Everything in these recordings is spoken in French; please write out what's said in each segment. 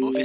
Mauvais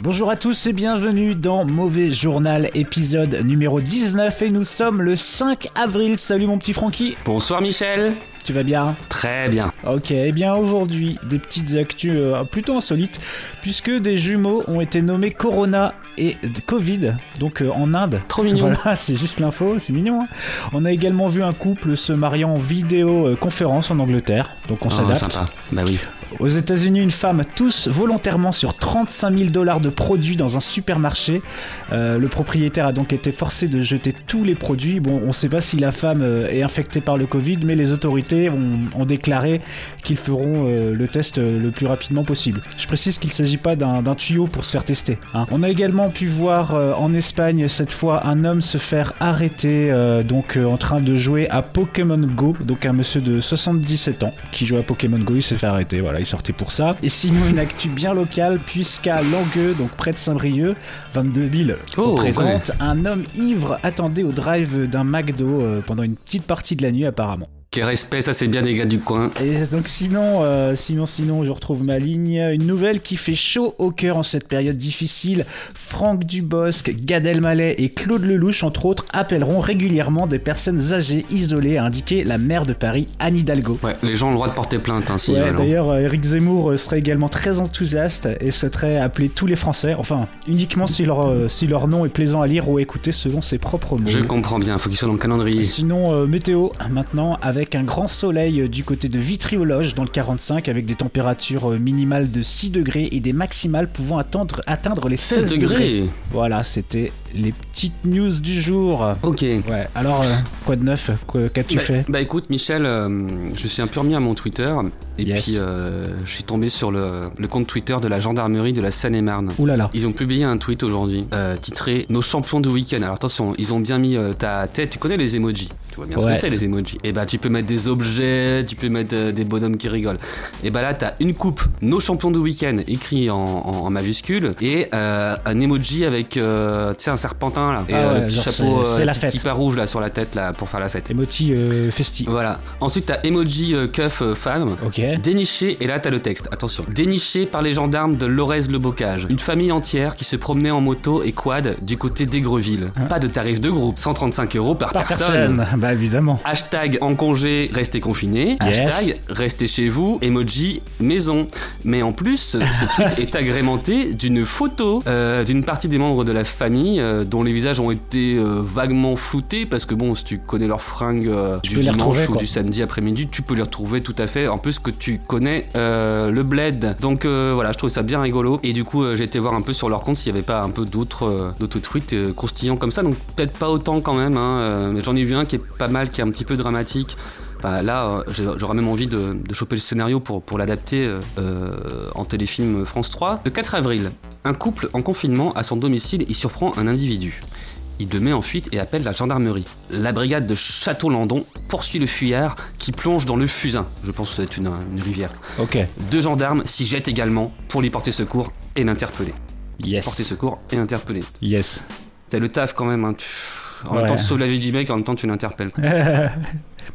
Bonjour à tous et bienvenue dans Mauvais Journal, épisode numéro 19, et nous sommes le 5 avril. Salut mon petit Francky, Bonsoir Michel tu vas bien Très bien. Ok, eh bien aujourd'hui, des petites actus euh, plutôt insolites, puisque des jumeaux ont été nommés Corona et euh, Covid, donc euh, en Inde. Trop mignon. Voilà, c'est juste l'info, c'est mignon. hein. on a également vu un couple se marier en vidéo euh, conférence en Angleterre, donc on Oh, s'adapte. sympa. Bah oui. Aux États-Unis, une femme tousse volontairement sur 35 000 dollars de produits dans un supermarché. Euh, le propriétaire a donc été forcé de jeter tous les produits. Bon, on ne sait pas si la femme euh, est infectée par le Covid, mais les autorités ont, ont déclaré qu'ils feront euh, le test euh, le plus rapidement possible. Je précise qu'il ne s'agit pas d'un d'un tuyau pour se faire tester. hein. On a également pu voir euh, en Espagne cette fois un homme se faire arrêter euh, donc euh, en train de jouer à Pokémon Go. Donc un monsieur de 77 ans qui joue à Pokémon Go, il s'est fait arrêter. Voilà, il sortait pour ça. Et sinon une actu bien locale puisqu'à Langueux, donc près de Saint-Brieuc, 22 000 Oh, on présente ouais. un homme ivre attendait au drive d'un McDo euh, pendant une petite partie de la nuit apparemment. Quel respect, ça c'est bien des gars du coin. Et donc sinon, euh, sinon, sinon, je retrouve ma ligne. Une nouvelle qui fait chaud au cœur en cette période difficile. Franck Dubosc, Gad Elmaleh et Claude Lelouch, entre autres, appelleront régulièrement des personnes âgées isolées, a indiqué la maire de Paris, Anne Hidalgo. Ouais, les gens ont le droit de porter plainte hein, s'ils Ouais, veulent, hein. D'ailleurs, euh, Eric Zemmour euh, serait également très enthousiaste et souhaiterait appeler tous les Français, enfin uniquement si leur, euh, si leur nom est plaisant à lire ou à écouter selon ses propres mots. Je comprends bien, faut qu'ils soient dans le calendrier. Sinon, euh, météo, maintenant, avec un grand soleil euh, du côté de Vitry-aux-Loges dans le 45, avec des températures euh, minimales de 6 degrés et des maximales pouvant attendre, atteindre les 16, 16 degrés Voilà, c'était les petites news du jour. Ok. Ouais, alors, euh, quoi de neuf Quoi- Qu'as-tu bah, fait bah écoute Michel, euh, je suis un peu remis à mon Twitter et Yes. puis euh, je suis tombé sur le, le compte Twitter de la gendarmerie de la Seine-et-Marne. Ouh là là. Ils ont publié un tweet aujourd'hui euh, titré Nos champions du week-end. Alors attention, ils ont bien mis euh, ta tête. Tu connais les emojis Tu vois bien ce Ouais. que c'est les emojis. Et bah tu peux mettre des objets, tu peux mettre euh, des bonhommes qui rigolent. Et bah là t'as une coupe Nos champions du week-end écrit en, en- en majuscule et euh, un emoji avec euh, tu sais un serpentin là et euh, Ah ouais, le petit genre, chapeau, c'est- c'est la petit fête. kippa rouge là sur la tête là pour faire la fête. Émoti euh, festif. Voilà. Ensuite t'as emoji euh, keuf euh, femme. Ok. Déniché, et là t'as le texte, attention. Déniché par les gendarmes de Lorez-le-Bocage. Une famille entière qui se promenait en moto et quad du côté d'Aigreville. Pas de tarif de groupe, 135 euros par, Par personne. personne. Bah évidemment. Hashtag en congé, restez confinés. Yes. Hashtag restez chez vous, emoji maison. Mais en plus, ce tweet est agrémenté d'une photo euh, d'une partie des membres de la famille euh, dont les visages ont été euh, vaguement floutés parce que bon, si tu connais leurs fringues euh, du peux les retrouver, dimanche ou quoi. du samedi après-midi, tu peux les retrouver tout à fait. En plus que tu connais euh, le bled. Donc euh, voilà, je trouve ça bien rigolo. Et du coup, euh, j'ai été voir un peu sur leur compte s'il n'y avait pas un peu d'autres euh, d'autres tweets euh, croustillants comme ça. Donc peut-être pas autant quand même. hein, euh, mais j'en ai vu un qui est pas mal, qui est un petit peu dramatique. Enfin, là, euh, j'ai- j'aurais même envie de, de choper le scénario pour, pour l'adapter euh, euh, en téléfilm France 3. Le 4 avril, un couple en confinement à son domicile y surprend un individu. Il le met en fuite et appelle la gendarmerie. La brigade de Château-Landon poursuit le fuyard qui plonge dans le fusain. Je pense que c'est une, une rivière. Ok. Deux gendarmes s'y jettent également pour lui porter secours et l'interpeller. Porter Yes. secours et l'interpeller. Yes. T'as le taf quand même. hein. Tu- En même Ouais. temps, tu sauves la vie du mec, en même temps, tu l'interpelles.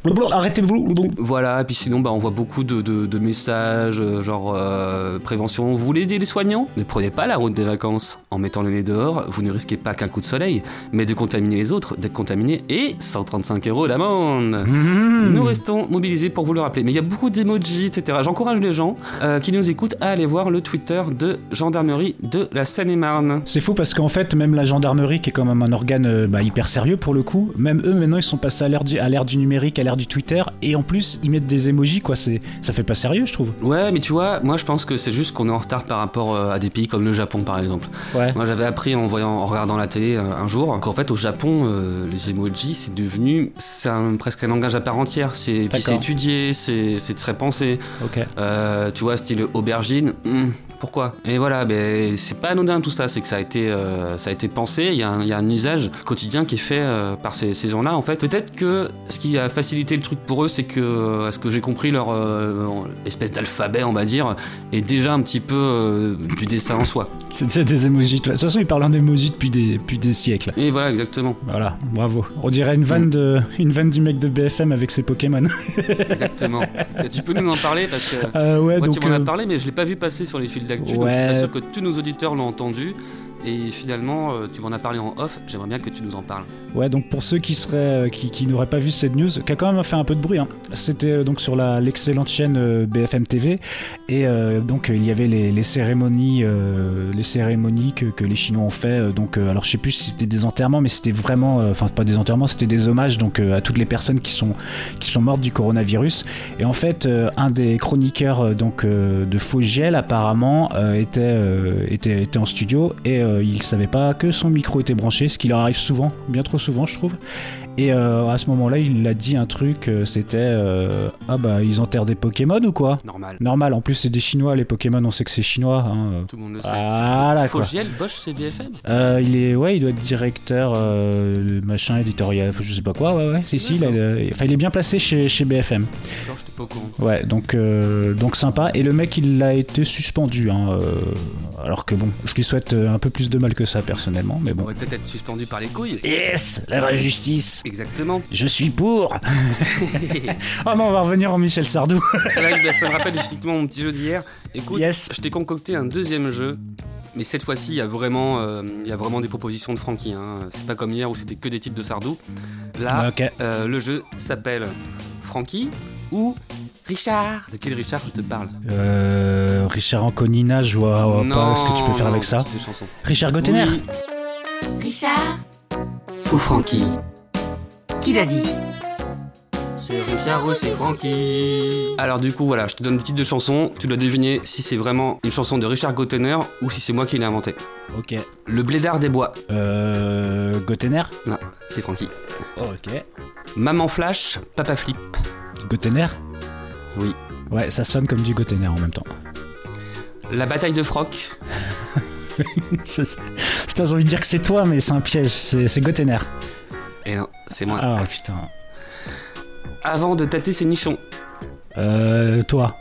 Blablabla, Arrêtez-vous. blablabla. Voilà, et puis sinon, bah, on voit beaucoup de, de- de messages, euh, genre euh, prévention, vous voulez aider les soignants Ne prenez pas la route des vacances. En mettant le nez dehors, vous ne risquez pas qu'un coup de soleil, mais de contaminer les autres, d'être contaminé et 135 euros d'amende Mmh. Nous restons mobilisés pour vous le rappeler. Mais il y a beaucoup d'emojis, etc. J'encourage les gens euh, qui nous écoutent à aller voir le Twitter de Gendarmerie de la Seine-et-Marne. C'est fou parce qu'en fait, même la gendarmerie, qui est quand même un organe euh, bah, hyper sérieux pour le coup, même eux maintenant ils sont passés à l'ère du, à l'ère du numérique qui a l'air du Twitter et en plus ils mettent des emojis quoi, c'est ça fait pas sérieux je trouve. Ouais, mais tu vois, moi je pense que c'est juste qu'on est en retard par rapport euh, à des pays comme le Japon par exemple. Ouais. Moi j'avais appris en voyant, en regardant la télé euh, un jour qu'en fait au Japon euh, les emojis c'est devenu c'est un- presque un langage à part entière. C'est puis c'est D'accord. étudié, c'est c'est très pensé. OK. Euh, tu vois style aubergine. hmm, pourquoi Et voilà, ben c'est pas anodin tout ça, c'est que ça a été euh, ça a été pensé. Il y, a un- il y a un usage quotidien qui est fait euh, par ces, ces gens-là en fait. Peut-être que ce qui a facilité le truc pour eux, c'est que euh, à ce que j'ai compris leur euh, espèce d'alphabet on va dire est déjà un petit peu euh, du dessin en soi. C'est c'est des emojis. De toute façon, ils parlent en emojis depuis des depuis des siècles. Et voilà exactement. Voilà, bravo. On dirait une vanne de une vanne du mec de BFM avec ses Pokémon. Exactement. Et tu peux nous en parler parce que Euh, ouais, moi donc tu m'en as euh, parlé mais je l'ai pas vu passer sur les fils d'actu donc je suis Ouais. pas sûr que tous nos auditeurs l'ont entendu. Et finalement, euh, tu m'en as parlé en off, j'aimerais bien que tu nous en parles. Ouais, donc pour ceux qui seraient, euh, qui, qui n'auraient pas vu cette news, qui a quand même fait un peu de bruit, hein. c'était euh, donc sur la, l'excellente chaîne euh, BFM TV, et euh, donc euh, il y avait les, les cérémonies, euh, les cérémonies que, que les Chinois ont fait. euh, donc, euh, alors je sais plus si c'était des enterrements, mais c'était vraiment, euh, enfin pas des enterrements, c'était des hommages donc euh, à toutes les personnes qui sont qui sont mortes du coronavirus. Et en fait, euh, un des chroniqueurs euh, donc euh, de Fogiel apparemment euh, était, euh, était était en studio et euh, il savait pas que son micro était branché, ce qui leur arrive souvent, bien trop souvent je trouve. Et euh, à ce moment-là, il a dit un truc, euh, c'était euh, ah bah ils enterrent des Pokémon ou quoi Normal. Normal, en plus c'est des Chinois, les Pokémon, on sait que c'est chinois. hein. Tout le monde le sait. Voilà quoi. Fogiel, Bosch, c'est BFM Euh, il est, ouais, il doit être directeur, euh, machin, éditorial, je sais pas quoi. Ouais, ouais, si, si, il, a- euh, enfin, il est bien placé chez, chez BFM. D'accord, j'étais pas au courant. Ouais, donc, euh, donc sympa. Et le mec, il a été suspendu. hein, euh, alors que bon, je lui souhaite euh, un peu plus de mal que ça personnellement, mais On bon. va peut-être être suspendu par les couilles. Yes, la vraie justice. Exactement. Je suis pour. Là, Oh non, on va revenir en Michel Sardou. bah, ça me rappelle effectivement mon petit jeu d'hier. Écoute, Yes. je t'ai concocté un deuxième jeu. Mais cette fois-ci, il y, a vraiment, euh, il y a vraiment des propositions de Francky. hein. C'est pas comme hier où c'était que des titres de Sardou. Là, Ok. Euh, le jeu s'appelle Francky ou Richard. De quel Richard je te parle Euh, Richard Anconina, je vois, vois Oh, pas ce que tu peux faire non, avec ça. c'est Des chansons. Richard Gottener. Oui, Richard, ou Francky. qui l'a dit C'est Richard ou c'est Francky Alors du coup voilà, je te donne des titres de chansons, tu dois deviner si c'est vraiment une chanson de Richard Gottener ou si c'est moi qui l'ai inventé. Ok. Le blédard des bois, Euh, Gottener. c'est Francky. ok. Maman Flash, Papa Flip. Gotener Oui. Ouais, ça sonne comme du Gotener en même temps. La bataille de Froc, Ça, c'est- putain, j'ai envie de dire que c'est toi, mais c'est un piège. C'est, c'est Gotener. et non, c'est moi. Ah putain. Avant de tâter ses nichons. Euh, toi.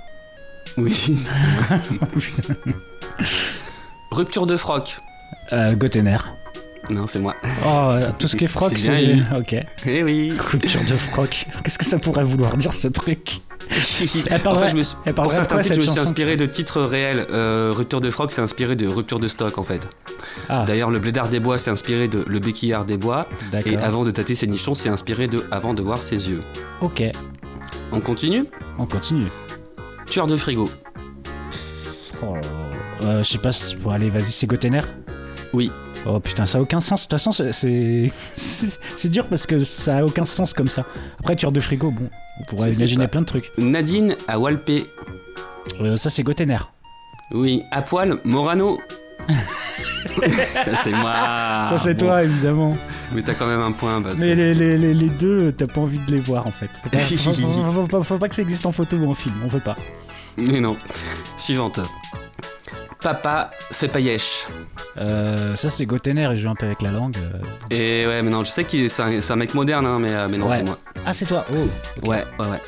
Oui, c'est moi. Rupture de Froc. Euh, Gotener. Non, c'est moi. Oh, euh, tout ce qui est froc, C'est c'est. bien Ok. Eh oui. Culture de froc. Qu'est-ce que ça pourrait vouloir dire ce truc Elle parle En fait, vrai- je me suis- elle parle pour vrai de certains quoi, titres, je me cette suis chanson inspiré de titres réels. Euh, rupture de froc, c'est inspiré de rupture de stock en fait. Ah. D'ailleurs, le blédard des bois, c'est inspiré de le béquillard des bois. D'accord. Et avant de tâter ses nichons, c'est inspiré de avant de voir ses yeux. Ok, On continue on continue. Tueur de frigo. Oh là là. Euh, je sais pas si. Bon, allez, vas-y, c'est Gotener Oui. Oh putain, ça a aucun sens. De toute façon, c'est- c'est. C'est c'est dur parce que ça a aucun sens comme ça. Après, tueur de frigo, bon, on pourrait Je sais imaginer pas. plein de trucs. Nadine à Walpé. Euh, ça, c'est Gotener. Oui, à poil, Morano. ça c'est moi. ça, c'est Ah, Bon, toi, évidemment. Mais t'as quand même un point. parce que- Mais les, les- les- les deux, t'as pas envie de les voir en fait. Faut pas, faut- faut- faut pas- faut pas que ça existe en photo ou en film, on veut pas. Mais non. Suivante. Papa fait paillèche. Euh, ça, c'est Gotener, il joue un peu avec la langue. euh. Et ouais, mais non, je sais qu'il est, c'est un, c'est un mec moderne, hein, mais, euh, mais non, Ouais. c'est moi. Ah, c'est toi, oh. Ouais, ouais, ouais.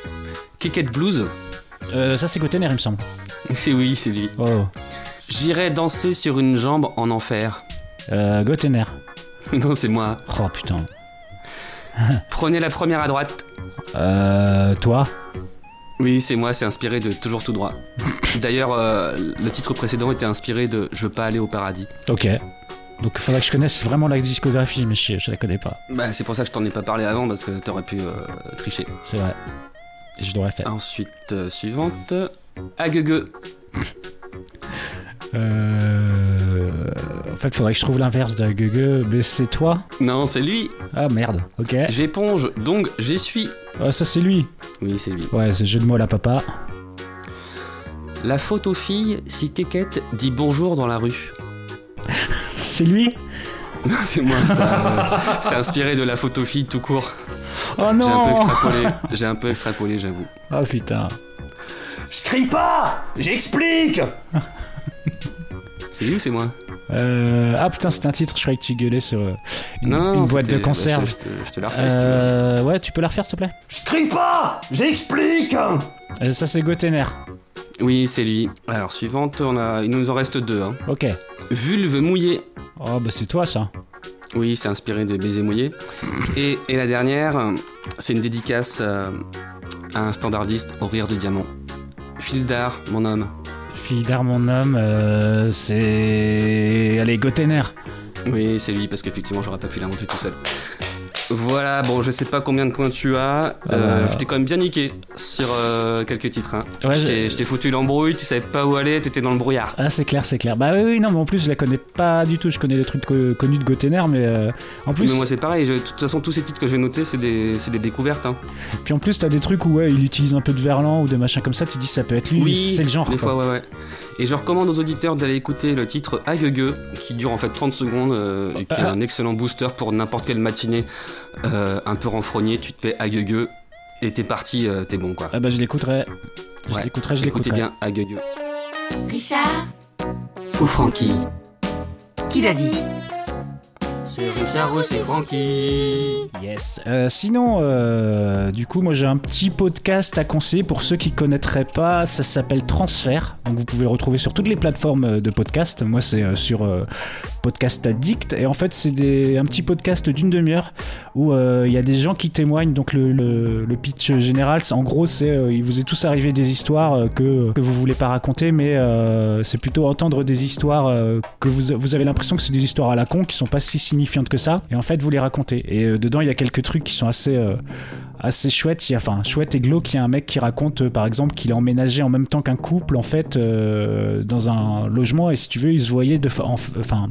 Keket Blues, Euh, ça, c'est Gotener, il me semble. c'est oui, c'est lui. Oh. J'irai danser sur une jambe en enfer. Euh, Gotener. non, c'est moi. Oh putain. Prenez la première à droite. Euh, toi Oui, c'est moi, c'est inspiré de Toujours tout droit. D'ailleurs, euh, le titre précédent était inspiré de Je veux pas aller au paradis. Ok. Donc, faudrait que je connaisse vraiment la discographie, mais je, je la connais pas. Bah, c'est pour ça que je t'en ai pas parlé avant, parce que t'aurais pu euh, tricher. C'est vrai. Je devrais faire. Ensuite, euh, suivante. Aguegue. Euh, En fait, faudrait que je trouve l'inverse de Gugue, mais c'est toi Non, c'est lui. Ah merde, ok. J'éponge, donc j'essuie. Ah, ça, c'est lui. Oui, c'est lui. Ouais, c'est jeu de mots à la papa. La faute aux filles si Kékette dit bonjour dans la rue. C'est lui c'est moi, ça. euh, c'est inspiré de la faute aux filles tout court. Oh J'ai un peu non extrapolé, j'ai un peu extrapolé, j'avoue. Ah putain. Je crie pas J'explique C'est lui ou c'est moi Euh, Ah putain, c'était un titre, je croyais que tu gueulais sur euh, une, Non, une boîte de c'était- bah, conserve. je, te- je te la refais si tu veux. Euh, ouais, tu peux la refaire s'il te plaît Je crie pas J'explique Euh, Ça, c'est Gotener. Oui, c'est lui. Alors, suivante, on a... il nous en reste deux. hein. Ok. Vulve mouillée. Oh bah c'est toi ça. Oui, c'est inspiré de Baiser mouillé. Et, et la dernière, euh, c'est une dédicace euh, à un standardiste au rire de diamant. Fil d'art, mon homme. Fille d'art, mon homme, euh, c'est. Allez, Gotener. Oui, c'est lui, parce qu'effectivement, j'aurais pas pu l'inventer tout seul. Voilà, bon, je sais pas combien de points tu as. Euh, Euh. Je t'ai quand même bien niqué sur euh, quelques titres. hein. Ouais, je je- t'ai- je t'ai foutu l'embrouille, tu savais pas où aller, t'étais dans le brouillard. Ah, c'est clair, c'est clair. Bah oui, oui, non, mais en plus, je la connais pas du tout. Je connais des trucs co- connus de Gotener, mais euh, en plus. Mais moi, c'est pareil, je- de toute façon, tous ces titres que j'ai notés, c'est des, c'est des découvertes. hein. Puis en plus, t'as des trucs où ouais, il utilise un peu de verlan ou des machins comme ça. Tu dis, ça peut être lui, c'est le genre. Des quoi. fois, ouais, ouais. Et je recommande aux auditeurs d'aller écouter le titre Agueugue, qui dure en fait 30 secondes euh, et qui est Ah. un excellent booster pour n'importe quelle matinée euh, un peu renfrognée. Tu te mets Agueugue et t'es parti, euh, t'es bon quoi. Ah bah, je l'écouterai. Je Ouais. l'écouterai, je Écoutez l'écouterai. bien Agueugue. Richard, Ou Francky. qui l'a dit C'est Richard ou c'est Francky Yes. Euh, sinon, euh, du coup, moi j'ai un petit podcast à conseiller pour ceux qui connaîtraient pas. Ça s'appelle Transfert. Donc vous pouvez le retrouver sur toutes les plateformes euh, de podcast. Moi c'est euh, sur euh, Podcast Addict. Et en fait, c'est des- un petit podcast d'une demi-heure où euh, il y a des gens qui témoignent. Donc le, le- le pitch général, c'est- en gros, c'est euh, il vous est tous arrivé des histoires euh, que, que vous voulez pas raconter, mais euh, c'est plutôt entendre des histoires euh, que vous, vous avez l'impression que c'est des histoires à la con qui sont pas si signifiantes que ça. Et en fait, vous les racontez. Et euh, dedans, il y a quelques trucs qui sont assez. euh, assez chouette. Il y a, enfin, chouette et glauque. Il y a un mec qui raconte, euh, par exemple, qu'il a emménagé en même temps qu'un couple, en fait, euh, dans un logement. Et si tu veux, ils se voyaient de, fa- en f- enfin,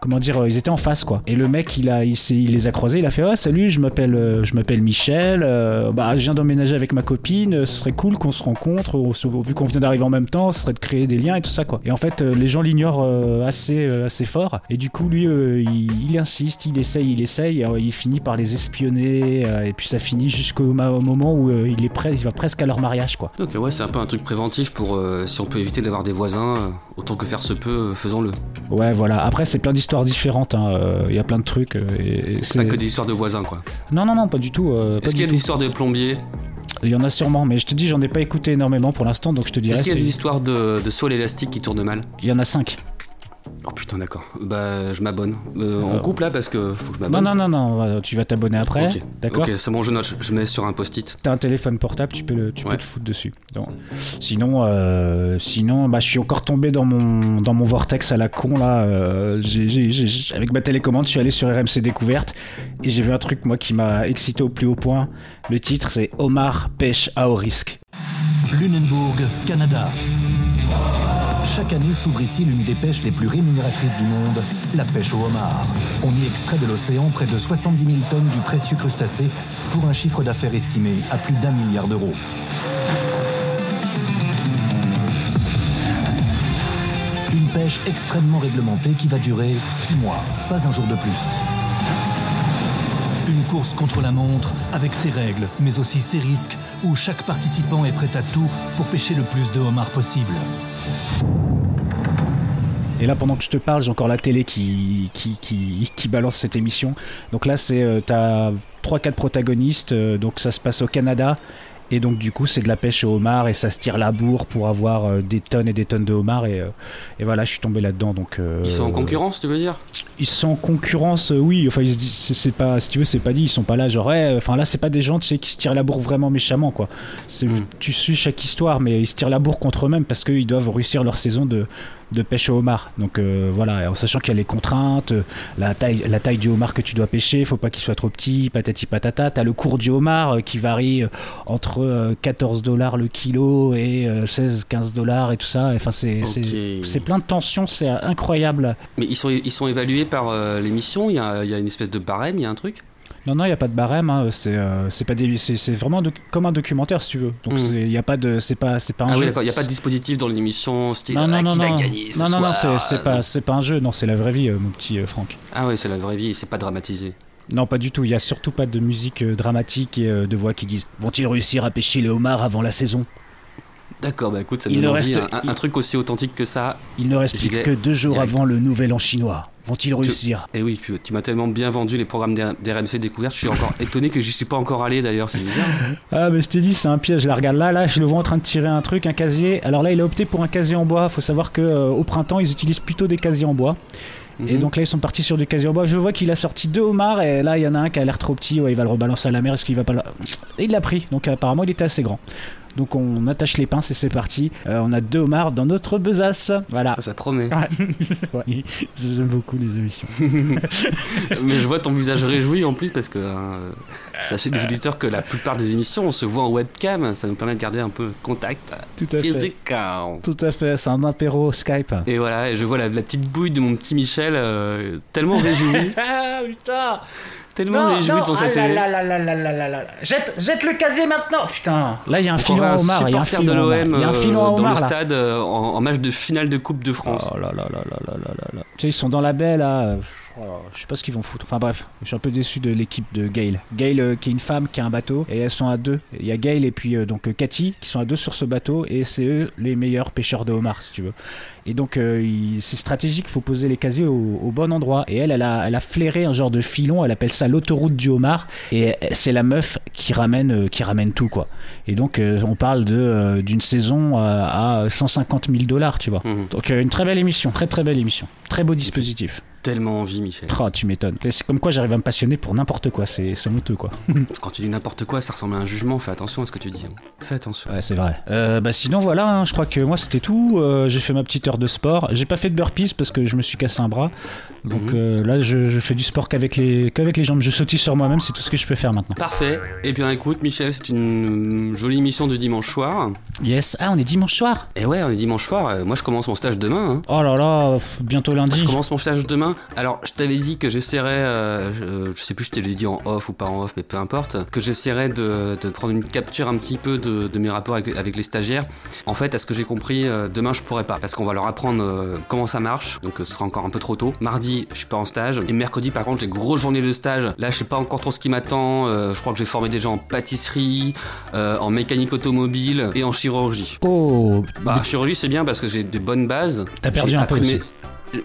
comment dire, euh, ils étaient en face, quoi. Et le mec, il a, il, s'est- il les a croisés. Il a fait, ah salut, je m'appelle, euh, je m'appelle Michel. euh, bah, je viens d'emménager avec ma copine. euh, Ce serait cool qu'on se rencontre. on se- vu qu'on vient d'arriver en même temps, ce serait de créer des liens et tout ça, quoi. Et en fait, euh, les gens l'ignorent euh, assez, euh, assez fort. Et du coup, lui, euh, il, il insiste, il essaye, il essaye. et, euh, il finit par les espionner. euh, et puis ça finit jusqu'au ma- au moment où euh, il est prêt, il va presque à leur mariage, quoi. Donc euh, ouais, c'est un peu un truc préventif pour euh, si on peut éviter d'avoir des voisins, euh, autant que faire se peut, euh, faisons-le. Ouais, voilà. Après, c'est plein d'histoires différentes. hein, euh, Il y a plein de trucs. euh, et- Pas et c'est- que des histoires de voisins quoi. Non, non, non, pas du tout. euh, pas Est-ce qu'il y du a tout. des histoires de plombiers Il y en a sûrement, mais je te dis, j'en ai pas écouté énormément pour l'instant, donc je te dirais. Est-ce qu'il y a des c'est- histoires de, de sol élastique qui tournent mal Il y en a 5. Oh putain d'accord. Bah je m'abonne. Euh, on Alors. coupe là parce que faut que je Non, m'abonne. non, non, non, voilà, tu vas t'abonner après. Ah Ok, D'accord Ok, c'est bon, je note, je mets sur un post-it. T'as un téléphone portable, tu peux, le- tu Ouais. peux te foutre dessus. Donc, sinon, euh, sinon bah, je suis encore tombé dans mon, dans mon vortex à la con là. euh, j'ai- j'ai- j'ai- j'ai- avec ma télécommande, je suis allé sur RMC Découverte et j'ai vu un truc moi qui m'a excité au plus haut point. Le titre c'est Omar pêche à haut risque. Lunenburg, Canada. Chaque année s'ouvre ici l'une des pêches les plus rémunératrices du monde, la pêche au homard. On y extrait de l'océan près de 70 000 tonnes du précieux crustacé pour un chiffre d'affaires estimé à plus d'un milliard d'euros. Une pêche extrêmement réglementée qui va durer 6 mois, pas un jour de plus. Une course contre la montre avec ses règles, mais aussi ses risques, où chaque participant est prêt à tout pour pêcher le plus de homards possible. Et là, pendant que je te parle, j'ai encore la télé qui, qui, qui, qui balance cette émission. Donc là, c'est euh, t'as 3-4 protagonistes. euh, donc ça se passe au Canada. Et donc, du coup, c'est de la pêche au homard et ça se tire la bourre pour avoir euh, des tonnes et des tonnes de homards. Et, euh, et voilà, je suis tombé là-dedans. Donc, euh, Ils sont en concurrence, tu veux dire Ils sont en concurrence, euh, oui. Enfin, ils se disent- c'est c'est pas, si tu veux, c'est pas dit. Ils sont pas là, genre, ouais, enfin là, c'est pas des gens tu sais, qui se tirent la bourre vraiment méchamment, quoi. C'est- Mm. Tu suis chaque histoire, mais ils se tirent la bourre contre eux-mêmes parce qu'ils doivent réussir leur saison de, de pêche au homard. Donc euh, voilà, et en sachant qu'il y a les contraintes, euh, la taille, la taille du homard que tu dois pêcher, faut pas qu'il soit trop petit, patati patata. T'as le cours du homard euh, qui varie euh, entre euh, 14 dollars le kilo et euh, 16, 15 dollars et tout ça. Enfin, c'est c'est- Ok. c'est plein de tensions, c'est euh, incroyable. Mais ils sont, ils sont évalués par euh, l'émission, il y a, il y a une espèce de barème, il y a un truc. Non, non, il n'y a pas de barème, hein, c'est euh, c'est pas des- c'est- c'est vraiment un doc- comme un documentaire si tu veux. Donc Mm. c'est- il n'y a pas de. C'est pas, c'est pas un Ah oui, jeu. d'accord, il n'y a pas de dispositif dans l'émission style Non, ah, non, non, qui va non. gagner ce non, non, non, soir. c'est c'est pas, c'est pas un jeu, non, c'est la vraie vie, euh, mon petit euh, Franck. Ah ouais, c'est la vraie vie, c'est pas dramatisé. Non, pas du tout. Il y a surtout pas de musique euh, dramatique et euh, de voix qui disent Vont-ils réussir à pêcher le homard avant la saison D'accord, bah écoute, ça Il me ne donne envie, reste- un, un- un truc aussi authentique que ça. Il ne reste J'y plus vais que deux jours direct. avant le nouvel an chinois. Vont-ils réussir Et Eh oui, tu, tu m'as tellement bien vendu les programmes d'R- d'RMC Découverte, je suis encore étonné que j'y suis pas encore allé d'ailleurs, c'est bizarre. Ah, mais je t'ai dit, c'est un piège. Je la regarde là, là, je le vois en train de tirer un truc, un casier. Alors là, il a opté pour un casier en bois. Faut savoir que euh, au printemps, ils utilisent plutôt des casiers en bois. Et Mhm. donc là, ils sont partis sur du casier en bois. Je vois qu'il a sorti deux homards et là, il y en a un qui a l'air trop petit. Ouais, il va le rebalancer à la mer. Est-ce qu'il va pas le- Et il l'a pris. Donc apparemment, il était assez grand. Donc on attache les pinces et c'est parti. Euh, on a deux homards dans notre besace. Voilà. Ah, ça promet. Ouais, J'aime beaucoup les émissions. Mais je vois ton visage réjoui en plus parce que euh, sachez les auditeurs que la plupart des émissions on se voit en webcam, ça nous permet de garder un peu contact Tout à fait. physique. Tout à fait. C'est un apéro Skype. Et voilà, et je vois la, la petite bouille de mon petit Michel euh, tellement réjoui, Ah putain tellement réjoui ah dans sa télé. Jette, le casier maintenant Putain Là il y a un On filon aura à un homard, il y a un supporter filon de à homard. l'OM Il y a un filon à euh, dans le homard, là. stade euh, en, en match de finale de Coupe de France. Oh là là là là là là là là. Tu sais, ils sont dans la baie là. Pff, oh, je sais pas ce qu'ils vont foutre. Enfin bref, je suis un peu déçu de l'équipe de Gail. Gail euh, qui est une femme qui a un bateau et elles sont à deux. Il y a Gail et puis euh, donc euh, Cathy qui sont à deux sur ce bateau et c'est eux les meilleurs pêcheurs de homard si tu veux. Et donc euh, il- c'est stratégique, faut poser les casiers au, au bon endroit. Et elle, elle a, elle a flairé un genre de filon, elle appelle ça l'autoroute du homard et euh, c'est la meuf qui ramène, euh, qui ramène tout quoi. Et donc euh, on parle de euh, d'une saison euh, à 150 000 dollars tu vois. Mhm. Donc euh, une très belle émission, très très belle émission, très beau dispositif. Tellement envie, Michel. Oh, tu m'étonnes. C'est comme quoi j'arrive à me passionner pour n'importe quoi, c'est c'est honteux quoi. Quand tu dis n'importe quoi, ça ressemble à un jugement. Fais attention à ce que tu dis. hein. Fais attention. Ouais, c'est vrai. Euh, bah sinon voilà, hein, je crois que moi c'était tout. Euh, j'ai fait ma petite heure de sport. J'ai pas fait de burpees parce que je me suis cassé un bras. Donc Mhm. euh, là je, je fais du sport qu'avec les qu'avec les jambes. Je sautille sur moi-même, c'est tout ce que je peux faire maintenant. Parfait. Eh bien, écoute, Michel, c'est une euh, jolie émission de dimanche soir. Yes. Ah on est dimanche soir. Et ouais, on est dimanche soir. euh, Moi, je commence mon stage demain. hein. Oh là là, pff, bientôt lundi. Je commence mon stage demain. Alors, je t'avais dit que j'essaierais, euh, je, euh, je sais plus, je te l'ai dit en off ou pas en off, mais peu importe, que j'essaierais de, de prendre une capture un petit peu de, de mes rapports avec, avec les stagiaires. En fait, à ce que j'ai compris, euh, demain je pourrais pas, parce qu'on va leur apprendre euh, comment ça marche, donc euh, ce sera encore un peu trop tôt. Mardi, je suis pas en stage, et mercredi, par contre, j'ai grosse journée de stage. Là, je sais pas encore trop ce qui m'attend. euh, je crois que j'ai formé des gens en pâtisserie, euh, en mécanique automobile et en chirurgie. Oh, Bah, chirurgie, c'est bien parce que j'ai de bonnes bases. T'as perdu J'ai un peu appris aussi. mes-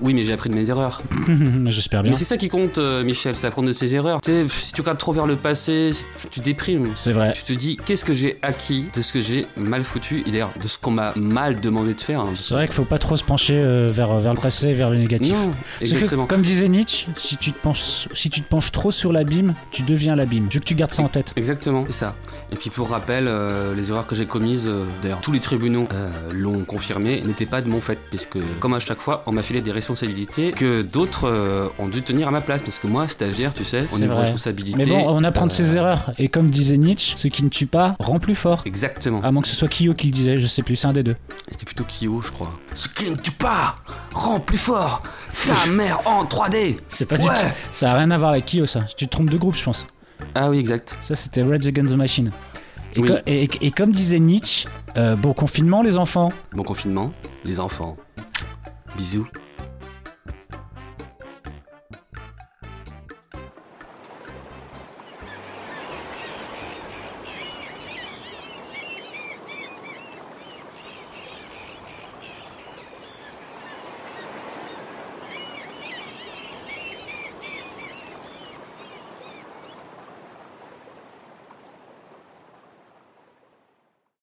Oui, mais j'ai appris de mes erreurs. j'espère bien. Mais c'est ça qui compte, euh, Michel, c'est apprendre de ses erreurs. Tu sais, si tu regardes trop vers le passé, si tu déprimes. C'est vrai. Tu te dis, qu'est-ce que j'ai acquis de ce que j'ai mal foutu et d'ailleurs de ce qu'on m'a mal demandé de faire. hein. C'est vrai qu'il faut pas trop se pencher euh, vers, vers le passé, vers le négatif. Non, C'est que, exactement. comme disait Nietzsche, si tu te penches, si tu te penches trop sur l'abîme, tu deviens l'abîme. Je veux que tu gardes ça en tête. Exactement, c'est ça. Et puis pour rappel, euh, les erreurs que j'ai commises, euh, d'ailleurs tous les tribunaux euh, l'ont confirmé, n'étaient pas de mon fait, puisque comme à chaque fois, on m'a filé des responsabilités que d'autres euh, ont dû tenir à ma place, parce que moi, stagiaire, tu sais, on C'est est vrai. responsabilité. Mais bon, on apprend de euh, ses erreurs. Et comme disait Nietzsche, ce qui ne tue pas rend plus fort. Exactement. À moins que ce soit Kyo qui le disait, je sais plus, c'est un des deux. C'était plutôt Kyo, je crois. Ce qui ne tue pas rend plus fort ta mère en 3D. C'est pas du Ouais. tout. Ça a rien à voir avec Kyo, ça. Tu te trompes de groupe, je pense. Ah oui, exact. Ça, c'était Rage Against the Machine. Et, Oui. co- et- et- et comme disait Nietzsche, euh, bon confinement, les enfants. Bon confinement, les enfants. Bisous.